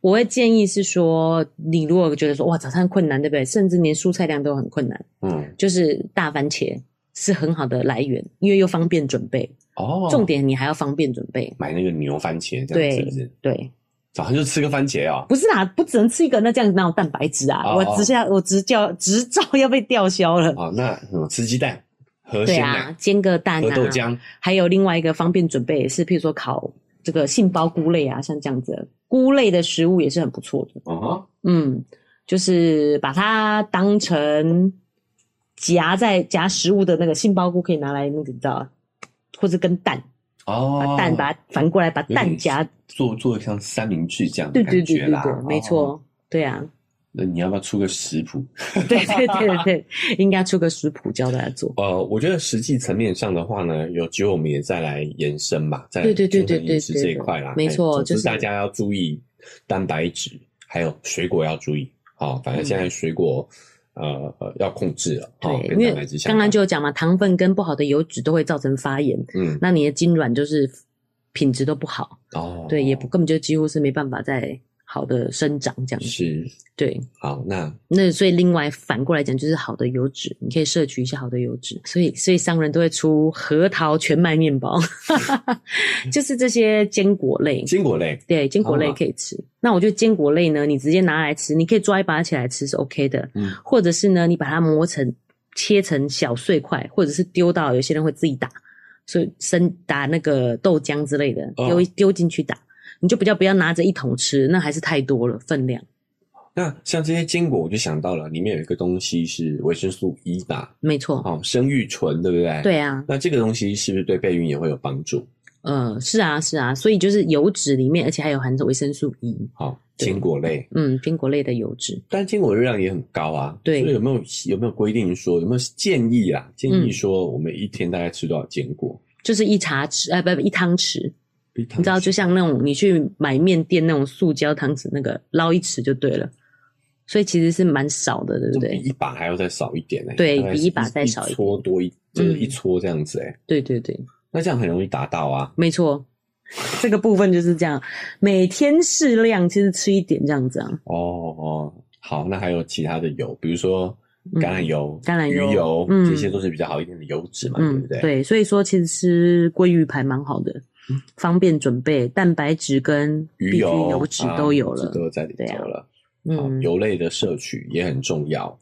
我会建议是说，你如果觉得说哇早餐困难，对不对？甚至连蔬菜量都很困难，嗯，就是大番茄是很好的来源，因为又方便准备。哦，重点你还要方便准备。买那个牛番茄，这样对是不是？对，早上就吃个番茄哦。不是啦，不只能吃一个，那这样哪有蛋白质啊？哦我直下我执教执照要被吊销了。哦，那嗯，吃鸡蛋，喝对鲜啊奶，，煎个蛋喝啊，豆浆，还有另外一个方便准备是，譬如说烤这个杏鲍菇类啊，像这样子的菇类的食物也是很不错的。哦哈，嗯，就是把它当成夹在夹食物的那个杏鲍菇，可以拿来那个你知道，或者跟蛋，把哦，蛋把它反过来把有蛋点夹，做做像三明治这样的对对感对觉对啦，对，没哦。错，对 *laughs* 啊，那你要不要出个食谱？对对对对对，应该出个食谱教大家做。呃，我觉得实际层面上的话呢，有机会我们也再来延伸嘛，再来对对对对平衡饮食对对这一对块啦。没错哎总之就是大家要注意蛋白质，还有水果要注意。好、反正现在水果、呃呃要控制了，对好，跟因蛋为白质相刚刚关。就有讲嘛，糖分跟不好的油脂都会造成发炎，嗯那你的筋软就是品质都不好，哦，对，也不根本就几乎是没办法再好的生长这样子。是对，好，那那所以另外反过来讲，就是好的油脂，你可以摄取一些好的油脂。所以所以商人都会出核桃全麦面 *laughs* 包， *laughs* 就是这些坚果类。坚果类对，坚果类好啊可以吃。那我觉得坚果类呢，你直接拿来吃，你可以抓一把起来吃是 OK 的，嗯或者是呢，你把它磨成切成小碎块，或者是丢到有些人会自己打，所以生打那个豆浆之类的，哦丢丢进去打，你就比较不要拿着一桶吃，那还是太多了分量。那像这些坚果，我就想到了，里面有一个东西是维生素 E 吧？没错，哦，生育醇，对不对？。对啊，那这个东西是不是对备孕也会有帮助？呃，是啊，是啊，所以就是油脂里面，而且还有含着维生素 E，好、对坚果类，嗯，坚果类的油脂。但坚果热量也很高啊。对所以有没有有没有规定说，有没有建议啊？建嗯议说我们一天大概吃多少坚果？就是一茶匙，呃，不不，一汤匙，你知你知道，就像那种你去买面店那种塑胶汤匙，那个捞一匙就对了，所以其实是蛮少的，对不比对？一把还要再少一点呢、对大概是比一把再少一一点嗯撮多一，就是一撮这样子哎、对对对，那这样很容易达到啊。没错， *laughs* 这个部分就是这样，每天适量，其实吃一点这样子啊，哦哦，好，那还有其他的油，比如说嗯橄榄油、橄榄油鱼油，嗯这些都是比较好一点的油脂嘛，对嗯不，对？，对，所以说其实吃鲑鱼排蛮好的，方便准备，蛋白质跟嗯鱼必须油、油脂啊都有油脂了，都有在里对啊头了。好嗯，油类的摄取也很重要。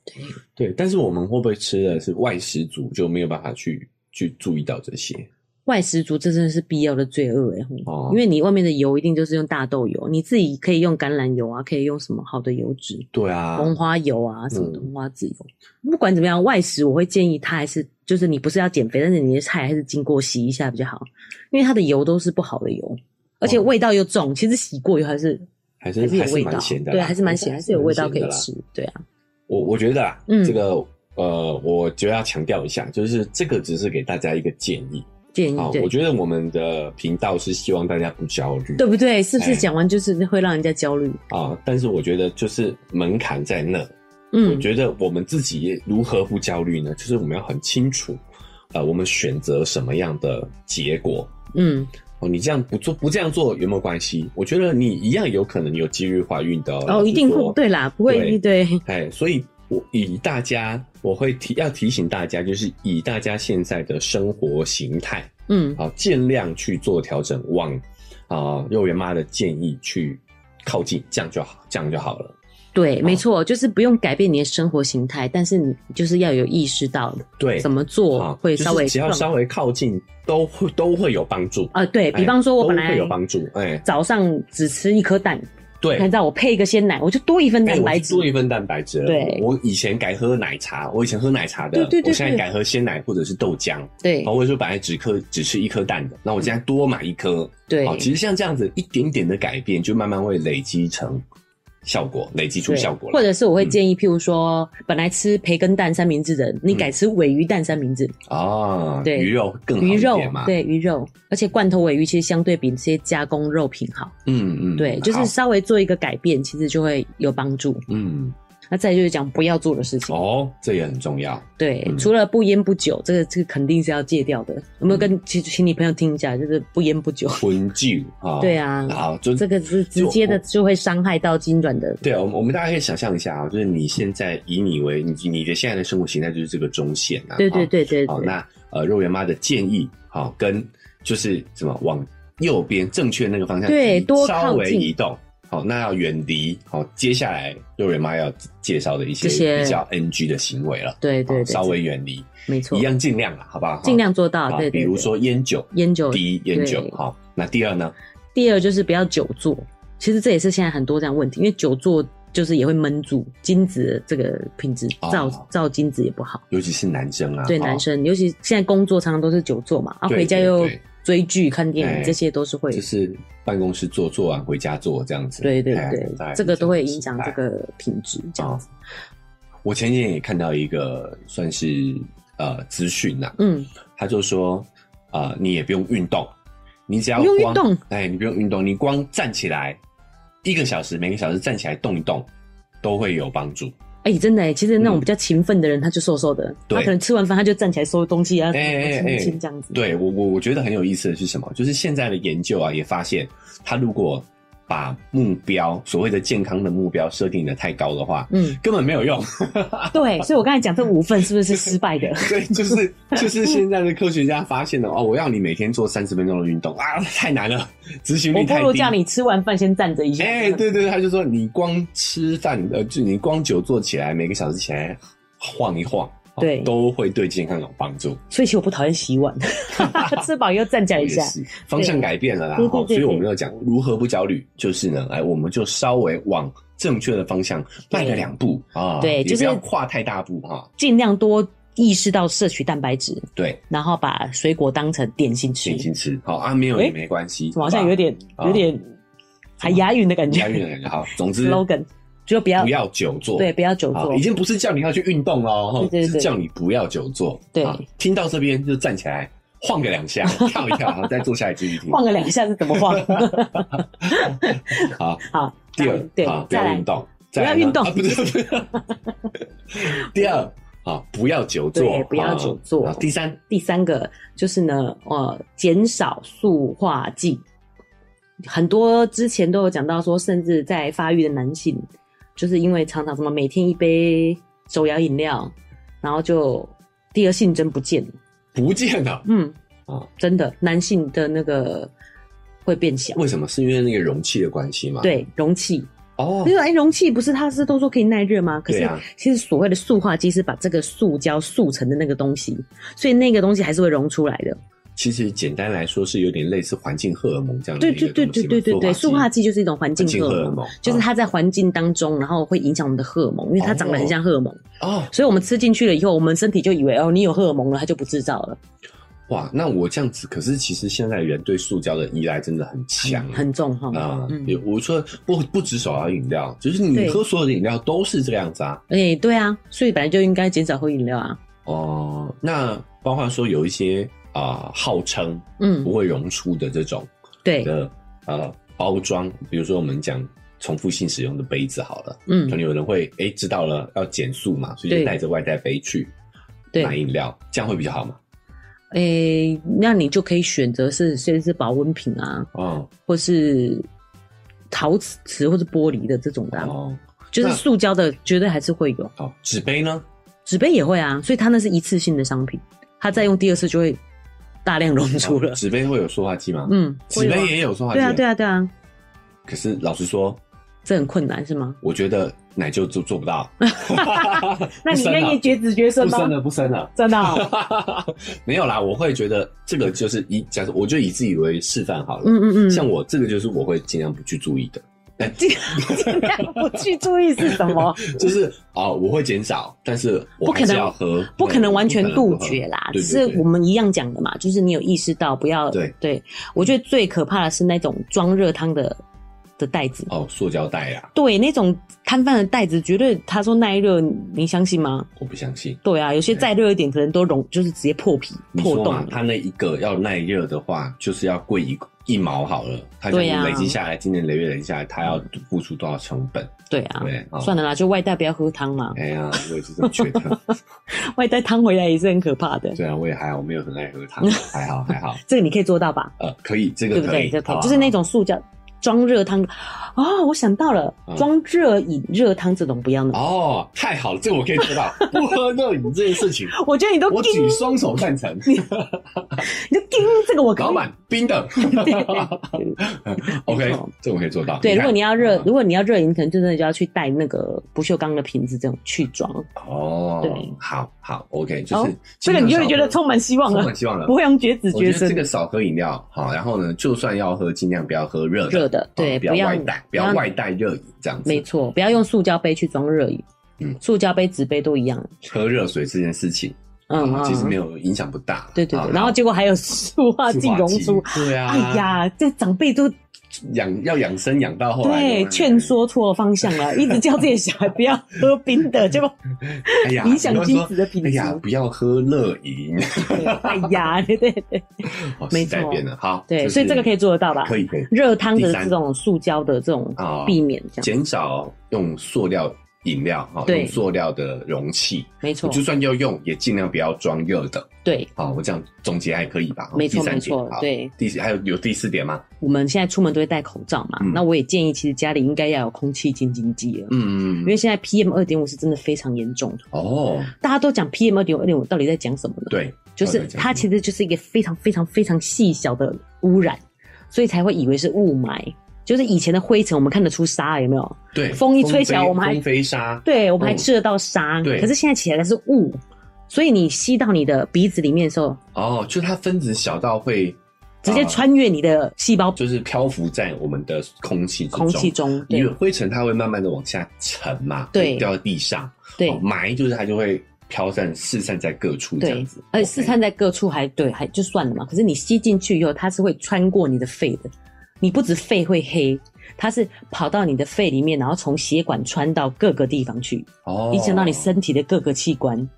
对，但是我们会不会吃的是外食族就没有办法去去注意到这些？外食族这真的是必要的罪恶哎、欸哦因为你外面的油一定就是用大豆油，你自己可以用橄榄油啊，可以用什么好的油脂，对啊，红花油啊，什么嗯红花籽油。不管怎么样，外食我会建议他还是就是你不是要减肥，但是你的菜还是经过洗一下比较好，因为它的油都是不好的哦油，而且味道又重。其实洗过以后还是还是还是有还是味道蛮咸，的啦，对，还是蛮咸，还是有味道可以蛮咸的吃。啦。对啊，我我觉得啊，嗯这个呃，我觉得要强调一下，就是这个只是给大家一个建议。建议好，嗯对我觉得我们的频道是希望大家不焦虑，对不对？是不哎是讲完就是会让人家焦虑？啊，但是我觉得就是门槛在那，我嗯，觉得我们自己如何不焦虑呢？就是我们要很清楚，呃，我们选择什么样的结果。嗯，哦，你这样不做不这样做有没有关系？我觉得你一样有可能有几率怀孕的哦。老哦，实一定会说。对啦，不会对，哎，所以我以大家，我会提要提醒大家，就是以大家现在的生活形态，嗯，好、尽量去做调整，往啊、幼儿园妈的建议去靠近，这样就好，这样就好了。对，好没错，就是不用改变你的生活形态，但是你就是要有意识到对，怎么做啊，会就是稍微只要更稍微靠近，都会都会有帮助。啊，对哎比方说，我本都来会有帮助。哎，早上只吃一颗蛋，对，你知道我配一个鲜奶，我就多一份哎，蛋我白是质多。一份蛋白质了。对我以前改喝奶茶，我以前喝奶茶的，对对对我现在对改喝鲜奶或者是豆浆，对哦，或者说本来只颗只吃一颗蛋的，那我现在多买一颗。嗯对哦，其实像这样子一点点的改变，就慢慢会累积成效果，累积出对效果嗯来。或者是我会建议，譬如说，本来吃培根蛋三明治的，嗯你改吃尾鱼蛋三明治，啊，对鱼肉更好鱼一肉点嘛。，对鱼肉，而且罐头尾鱼其实相对比这些加工肉品好，嗯嗯，对，就是好稍微做一个改变，其实就会有帮助。嗯那再来就是讲不要做的事情，哦，这也很重要。对，嗯除了不烟不酒，这个这个肯定是要戒掉的。有没有跟请请你朋友听一下，就是不烟不酒， *laughs* 魂酒啊，对啊好，就这个是直接的就会伤害到精准的对啊，我们我们大家可以想象一下啊，就是你现在以你为你你的现在的生活形态就是这个中线啊，对对对对好，好对，那呃肉圆妈的建议，好、跟就是什么往右边正确那个方向移，对多靠近稍微移动，好、那要远离，好、接下来肉圆妈要介绍的一些这些比较 NG 的行为了，对对对，好稍微远离，没错一，样尽量啦，好不好？尽量做到啊，，对，对比如对说烟酒，烟酒第一烟酒对，好、那第二呢？第二就是不要久坐，其实这也是现在很多这样的问题，因为久坐就是也会闷住精子的这个品质，造哦造精子也不好。尤其是男生啊，对哦男生，尤其现在工作常常都是久坐嘛，啊，对回家对又对追剧、看电哎影，这些都是会，就是办公室坐做完回家做这样子，对对哎大对概，这个都会影样响子这个品质，这样子。我前几天也看到一个算是呃资讯呐，嗯，他就说啊、呃你也不用运动，你只要不光用运动哎，你不用运动，你光站起来一个小时，每个小时站起来动一动，都会有帮助。哎，真的哎，其实那种嗯比较勤奋的人，他就瘦瘦的，他对可能吃完饭他就站起来收东西啊，哎哎轻哎轻这样子。对我我我觉得很有意思的是什么？就是现在的研究啊，也发现他如果把目标所谓的健康的目标设定的太高的话，嗯，根本没有用。对，啊所以我刚才讲这五份是不是失败 *laughs* 的？对，就是就是现在的科学家发现了哦，我要你每天做三十分钟的运动啊，太难了，执行我力不太如低。叫你吃完饭先站着一下。哎、对对，他就说你光吃饭，呃，就你光久坐起来，每个小时起来晃一晃，哦对都会对健康有帮助。所以其实我不讨厌洗碗，吃饱又站起来一也下。是方向改变了啦，啊对对哈，对所对以我们要讲如何不焦虑，就是呢，哎，我们就稍微往正确的方向迈个两步啊，对也就不是要跨太大步哈，尽量多意识到摄取蛋白质，对，然后把水果当成点心吃轻，轻吃，好啊，没有哎也没关系，怎么好像有点啊有点还押韵的感觉，押韵的感觉，好，总之 slogan 就不要不要久坐，对，不要久好坐已，经不是叫你要去运动了哦，对对对是叫你不要久坐。对啊听到这边就站起来晃个两下，*laughs* 跳一跳，然后再坐下来继续听。晃个两下是怎么晃？ *laughs* 好， *laughs* 好，第二那，对好，，不再要来运动，不要再来呢运动啊不是不 *laughs* 是。第二，好，不要久坐对，不要久坐啊好第三，第三个就是呢，呃，减少塑化剂。很多之前都有讲到说，甚至在发育的男性，就是因为常常什么每天一杯手摇饮料，然后就第二性征不见了。不见了。嗯，哦真的，男性的那个会变小。为什么？是因为那个容器的关系吗？，对，容器，哦你，说哎，容器不是它是都说可以耐热吗？可对是啊其实所谓的塑化剂是把这个塑胶塑成的那个东西，所以那个东西还是会溶出来的。其实简单来说是有点类似环境荷尔蒙这样的对一个对对东西对嘛对对对，塑化剂剂就是一种环境环境荷荷尔尔蒙，蒙，就是啊它在环境当中，然后会影响我们的荷尔蒙，因为它长得很像荷尔蒙，哦，所以我们吃进去了以后，我们身体就以为哦，你有荷尔蒙了，它就不制造了，哇，那我这样子，可是其实现在人对塑胶的依赖真的很强啊，很重哈。啊，嗯有我说不不止手摇饮料，就是你对喝所有的饮料都是这个样子啊。哎、对啊，所以本来就应该减少喝饮料啊。哦、那包括说有一些啊、号称嗯不，会溶出的这种对，的呃包装，比如说我们讲重复性使用的杯子好了，嗯可能有人会哎、诶知道了要减速嘛，所以就对带着外带杯去对买饮料，这样会比较好嘛？哎、那你就可以选择是虽然是保温瓶啊，哦或是陶瓷或是玻璃的这种的啊、哦，就是那塑胶的，绝对还是会有。好，纸杯呢？纸杯也会啊，所以它那是一次性的商品，它再用第二次就会大量溶出了哦。纸杯会有塑化剂吗？嗯，纸会杯吗也有塑化剂，对啊，对啊，对啊，可是老实说，这很困难是吗？我觉得奶就做做不到。 *laughs* 那你愿意绝子绝孙啊不吗？生了，啊不生了。 *laughs* 真的哦、没有啦，我会觉得这个就是以假设，我就以自己为示范好了。 *laughs* 嗯嗯嗯， *laughs* 像我这个就是我会尽量不去注意的，尽尽量不去注意是什么？就是啊、我会减少，但是我不可能还是要喝，不可能完全不可能杜不喝绝啦，对只对是对我们一样讲的嘛，就是你有意识到不要对我觉得最可怕的是那种装热汤的的袋子，哦，塑胶袋啊，对，那种摊贩的袋子，绝对他说耐热，你你相信吗？我不相信。对啊，有些再热一点，可能都融，就是直接破皮你破说洞啊嘛了，。它那一个要耐热的话，就是要贵一一毛好了，它这对样啊累积下来，今年累月累积下来，它要付出多少成本？对啊，对啊，算了啦，就外带不要喝汤嘛，哎呀，我也是这么觉得。外带汤回来也是很可怕的。对啊，我也还好，我没 *laughs* 有很爱喝汤，还好还好。这个你可以做到吧？呃，可以，这对个不可对？以，这个可好以，啊吧就是那种塑胶装热汤哦，我想到了嗯，装热饮、热汤这种不要弄。哦，太好了，这个我可以做到，不喝热饮这件事情，我觉得你都我盯，举双手赞成。你就盯这个我可以老 *laughs* 板，冰的没，OK，错这我可以做到。对，如看果你要热，嗯如果你要热饮，可能就真的就要去带那个不锈钢的瓶子这种去装，哦对，好好，OK，就是好哦这个你就会觉得充满希望充了满，希望了不。会用绝子我觉绝得孙这。个少喝饮料好，然后呢，就算要喝，尽量不要喝热的，热的哦，对，不要要外带，不要外带热饮这样子。没错，不要用塑胶杯去装热饮，嗯塑胶杯、纸杯都一样，喝热水这件事情，嗯啊，其实没有，有影响不大。对对啊对，然后结果还有塑 *laughs* 化剂溶出，，对啊，哎，呀，这长辈都养要养生养到后来，哎对劝，说错了方向 *laughs* 了，一直叫自己的小孩不要喝冰嗯的，结果哎呀，影响你精又说子的品哎质，呀，不要喝热饮， *laughs* 对哎呀， *laughs* 对对对哦没时代错变了，好，对，所以这个可以做得到吧？可以可以热汤第的三这种塑胶的这种啊避免，这样减少用塑料饮料哈，对用塑料的容器，没错就，算要用，也尽量不要装热的。对，好，我这样总结还可以吧？没错哦第三没点错，。好对。第四还有有第四点吗？我们现在出门都会戴口罩嘛，嗯那我也建议，其实家里应该要有空气清净机了，嗯因，为现在 PM 二点五是真的非常严重的。哦，大家都讲 PM 二点五，二点五到底在讲什么呢？，对，就是它其实就是一个非常非常非常细小的污染，所以才会以为是雾霾。就是以前的灰尘，我们看得出沙有没有？对风一吹起来风飞我们还风飞沙，对，我们还嗯吃得到沙，对可是现在起来的是雾，所以你吸到你的鼻子里面的时候，哦，就它分子小到会直接啊穿越你的细胞就是漂浮在我们的空气之空气中。中。因对为灰尘它会慢慢的往下沉嘛，对会掉到地上。对哦霾就是它就会飘散、四散在各处这样对子，。而且 OK 四，散在各处还对还就算了嘛，可是你吸进去以后，它是会穿过你的肺的，你不止肺会黑，它是跑到你的肺里面，然后从血管穿到各个地方去，哦影响到你，身体的各个器官。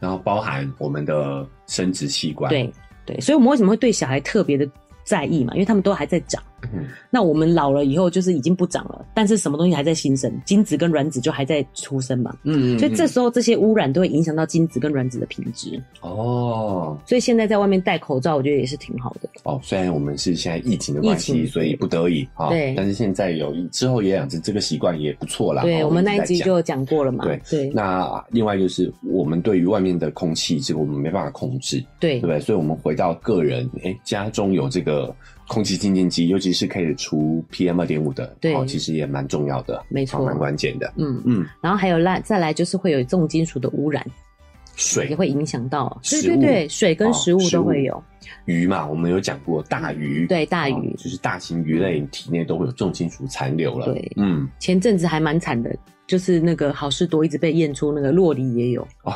然后包含我们的生殖器官。对对，所以我们为什么会对小孩特别的在意嘛？因为他们都还在长。嗯，那我们老了以后就是已经不长了，但是什么东西还在新生，精子跟卵子就还在出生嘛，嗯嗯，所以这嗯时候这些污染都会影响到精子跟卵子的品质，哦所以现在在外面戴口罩，我觉得也是挺好的。哦，虽然我们是现在疫情的关疫系，情所以不得已啊，对但是现在有之后也养成这个习惯也不错啦。对，哦我们那一集直在讲就有讲过了嘛，对对那另外就是我们对于外面的空气，这个我们没办法控制，对对不对？所以我们回到个人，哎，家中有这个空气清净机，尤其是可以除 PM 二点五的，对哦，其实也蛮重要的，没错哦蛮关键的。嗯，嗯，然后还有来再来就是会有重金属的污染，也水会影响到，对食物对对，水跟哦食物食都物会有，鱼嘛，我们有讲过大鱼，嗯对大哦鱼。就是大型鱼类体内都会有重金属残留了。对嗯，前阵子还蛮惨的，就是那个好事多一直被验出那个洛梨也有，哦，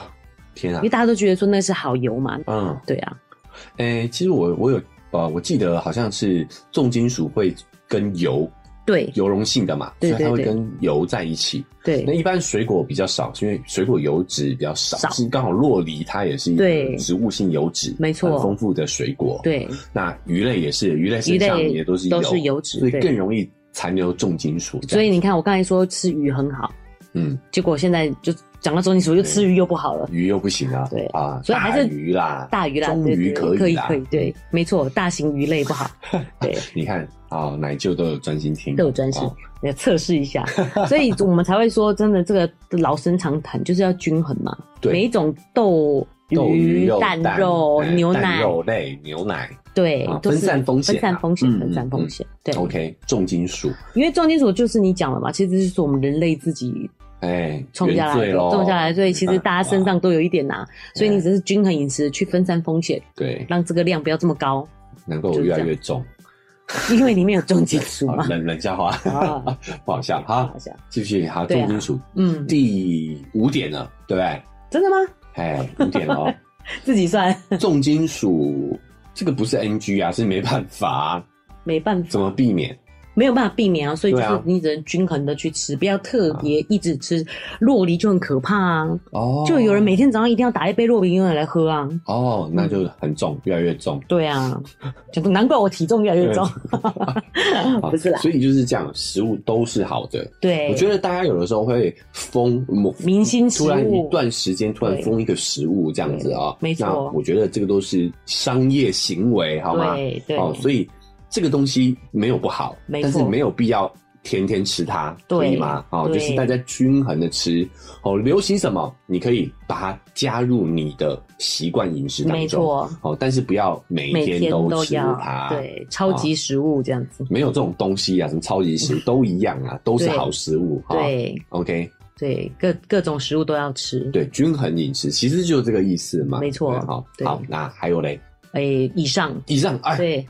天啊因为，大家都觉得说那是好油嘛，嗯，对啊，哎，其实我我有呃，我记得好像是重金属会跟油对油溶性的嘛，对所以它会对对跟油在一起。对那一般水果比较少，是因为水果油脂比较少，少是刚好洛梨它也是一个对植物性油脂，没错很丰富的水果。，对那鱼类也是，鱼类身上鱼类也都是都是油脂所以对更容易残留重金属。所以你看我刚才说吃鱼很好，嗯，结果现在就讲到重金属又吃鱼又不好了，鱼又不行啊，对啊，所以还是大鱼啦，大鱼啦，中对鱼对可可以以啦，可以，对，没错，大型鱼类不 *laughs* 好，对。你看啊，奶舅都有专心听，都有专心啊来测试一 *laughs* 下，所以我们才会说，真的这个老生常谈就是要均衡嘛，对每一种豆、豆鱼鱼肉、、蛋肉、哎牛蛋奶，肉类、牛奶。对啊，都是分散风险啊分散风险，嗯分散风险，对。 OK，重金属，因为重金属就是你讲了嘛，其实是我们人类自己哎，冲下原来罪的，咯啊哎种下来，所以其实大家身上都有一点呐、所以你只是均衡饮食去分散风险，对，让这个量不要这么高，难怪我越来越重。因为里面有重金属好嘛。冷冷笑话 *laughs* *laughs* 啊，不好笑好哈好。笑继续，好，对重啊金属嗯，第五点了，对不对？真的吗？哎，五点哦， *laughs* 自己算 *laughs* 重金属这个不是 NG 啊，是没办法啊，没办法怎。么避免？没有办法避免啊，所以就对是啊你只能均衡的去吃，不要特别一直吃洛梨就很可怕啊！哦，就有人每天早上一定要打一杯洛梨牛奶来喝啊。哦，那就很重，越来越重。对啊，就难怪我体重越来 *laughs* 越重。啊嗯不是啦，所以就是这样，食物都是好的。对，我觉得大家有的时候会封某明星食突然一物段时间突然对封一个食物这样子啊、对没错那我觉得这个都是商业行为，好吗？对对哦，所以这个东西没有不好，没但是错没有必要天天吃它，对可以吗？哦，对就是大家均衡的吃，哦，流行什么，你可以把它加入你的习惯饮食当中，没错，哦，但是不要每每天天都吃它，要，对，超级食物这样子，没有这种东西啊，什么超级食物都一样啊，都是对好食物，哈、对 OK，对，各各种食物都要吃，对，均衡饮食其实就是这个意思嘛，没错对好，对好，那还有嘞，哎，以上，以上哎，对，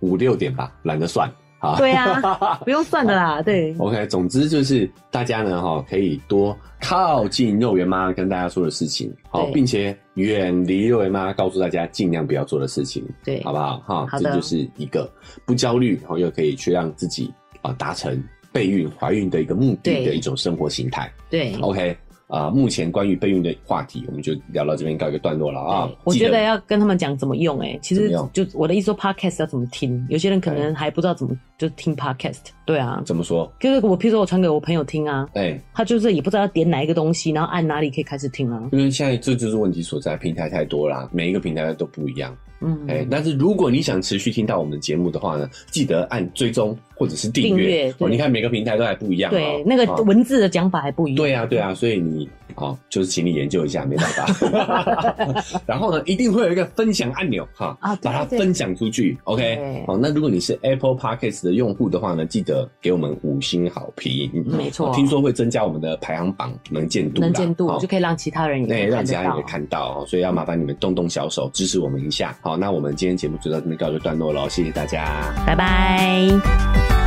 五六点吧，懒得算啊。对 *laughs* 啊不用算的啦，对， OK，总之就是大家呢哈、可以多靠近肉圆妈跟大家说的事情，好、对并且远离肉圆妈告诉大家尽量不要做的事情，对好不好？哈、好这的就是一个不焦虑，然后又可以去让自己啊达成备孕、怀孕的一个目的对的一种生活形态。对， OK，啊、目前关于备孕的话题，我们就聊到这边告一个段落了啊对。我记觉得要跟他们讲怎么用、欸，哎，其怎实么用就我的意思说，podcast 要怎么听，有些人可能还不知道怎么就听 podcast，对啊，怎么说？就是我譬如说我传给我朋友听啊，哎、他就是也不知道要点哪一个东西，然后按哪里可以开始听啊，因为现在这就是问题所在，平台太多啦，每一个平台都不一样。嗯，哎、但是如果你想持续听到我们的节目的话呢，记得按追踪或者是订订阅阅。哦，对你看每个平台都还不一样、哦。对，那个哦文字的讲法还不一样，对啊，对啊，所以你哦，就是请你研究一下，没办 *laughs* 法。然后呢，一定会有一个分享按钮哈，啊对把它对分享出去。OK，对好、那如果你是 Apple Podcast 的用户的话呢，记得给我们五星好评。没错哦听说会增加我们的排行榜能见度啦，能见度、哦就可以让其他人也那也看让得其他人到也看到哦，所以要麻烦你们动动小手支持我们一下。好，那我们今天节目就到这边告一个段落喽，谢谢大家。拜拜。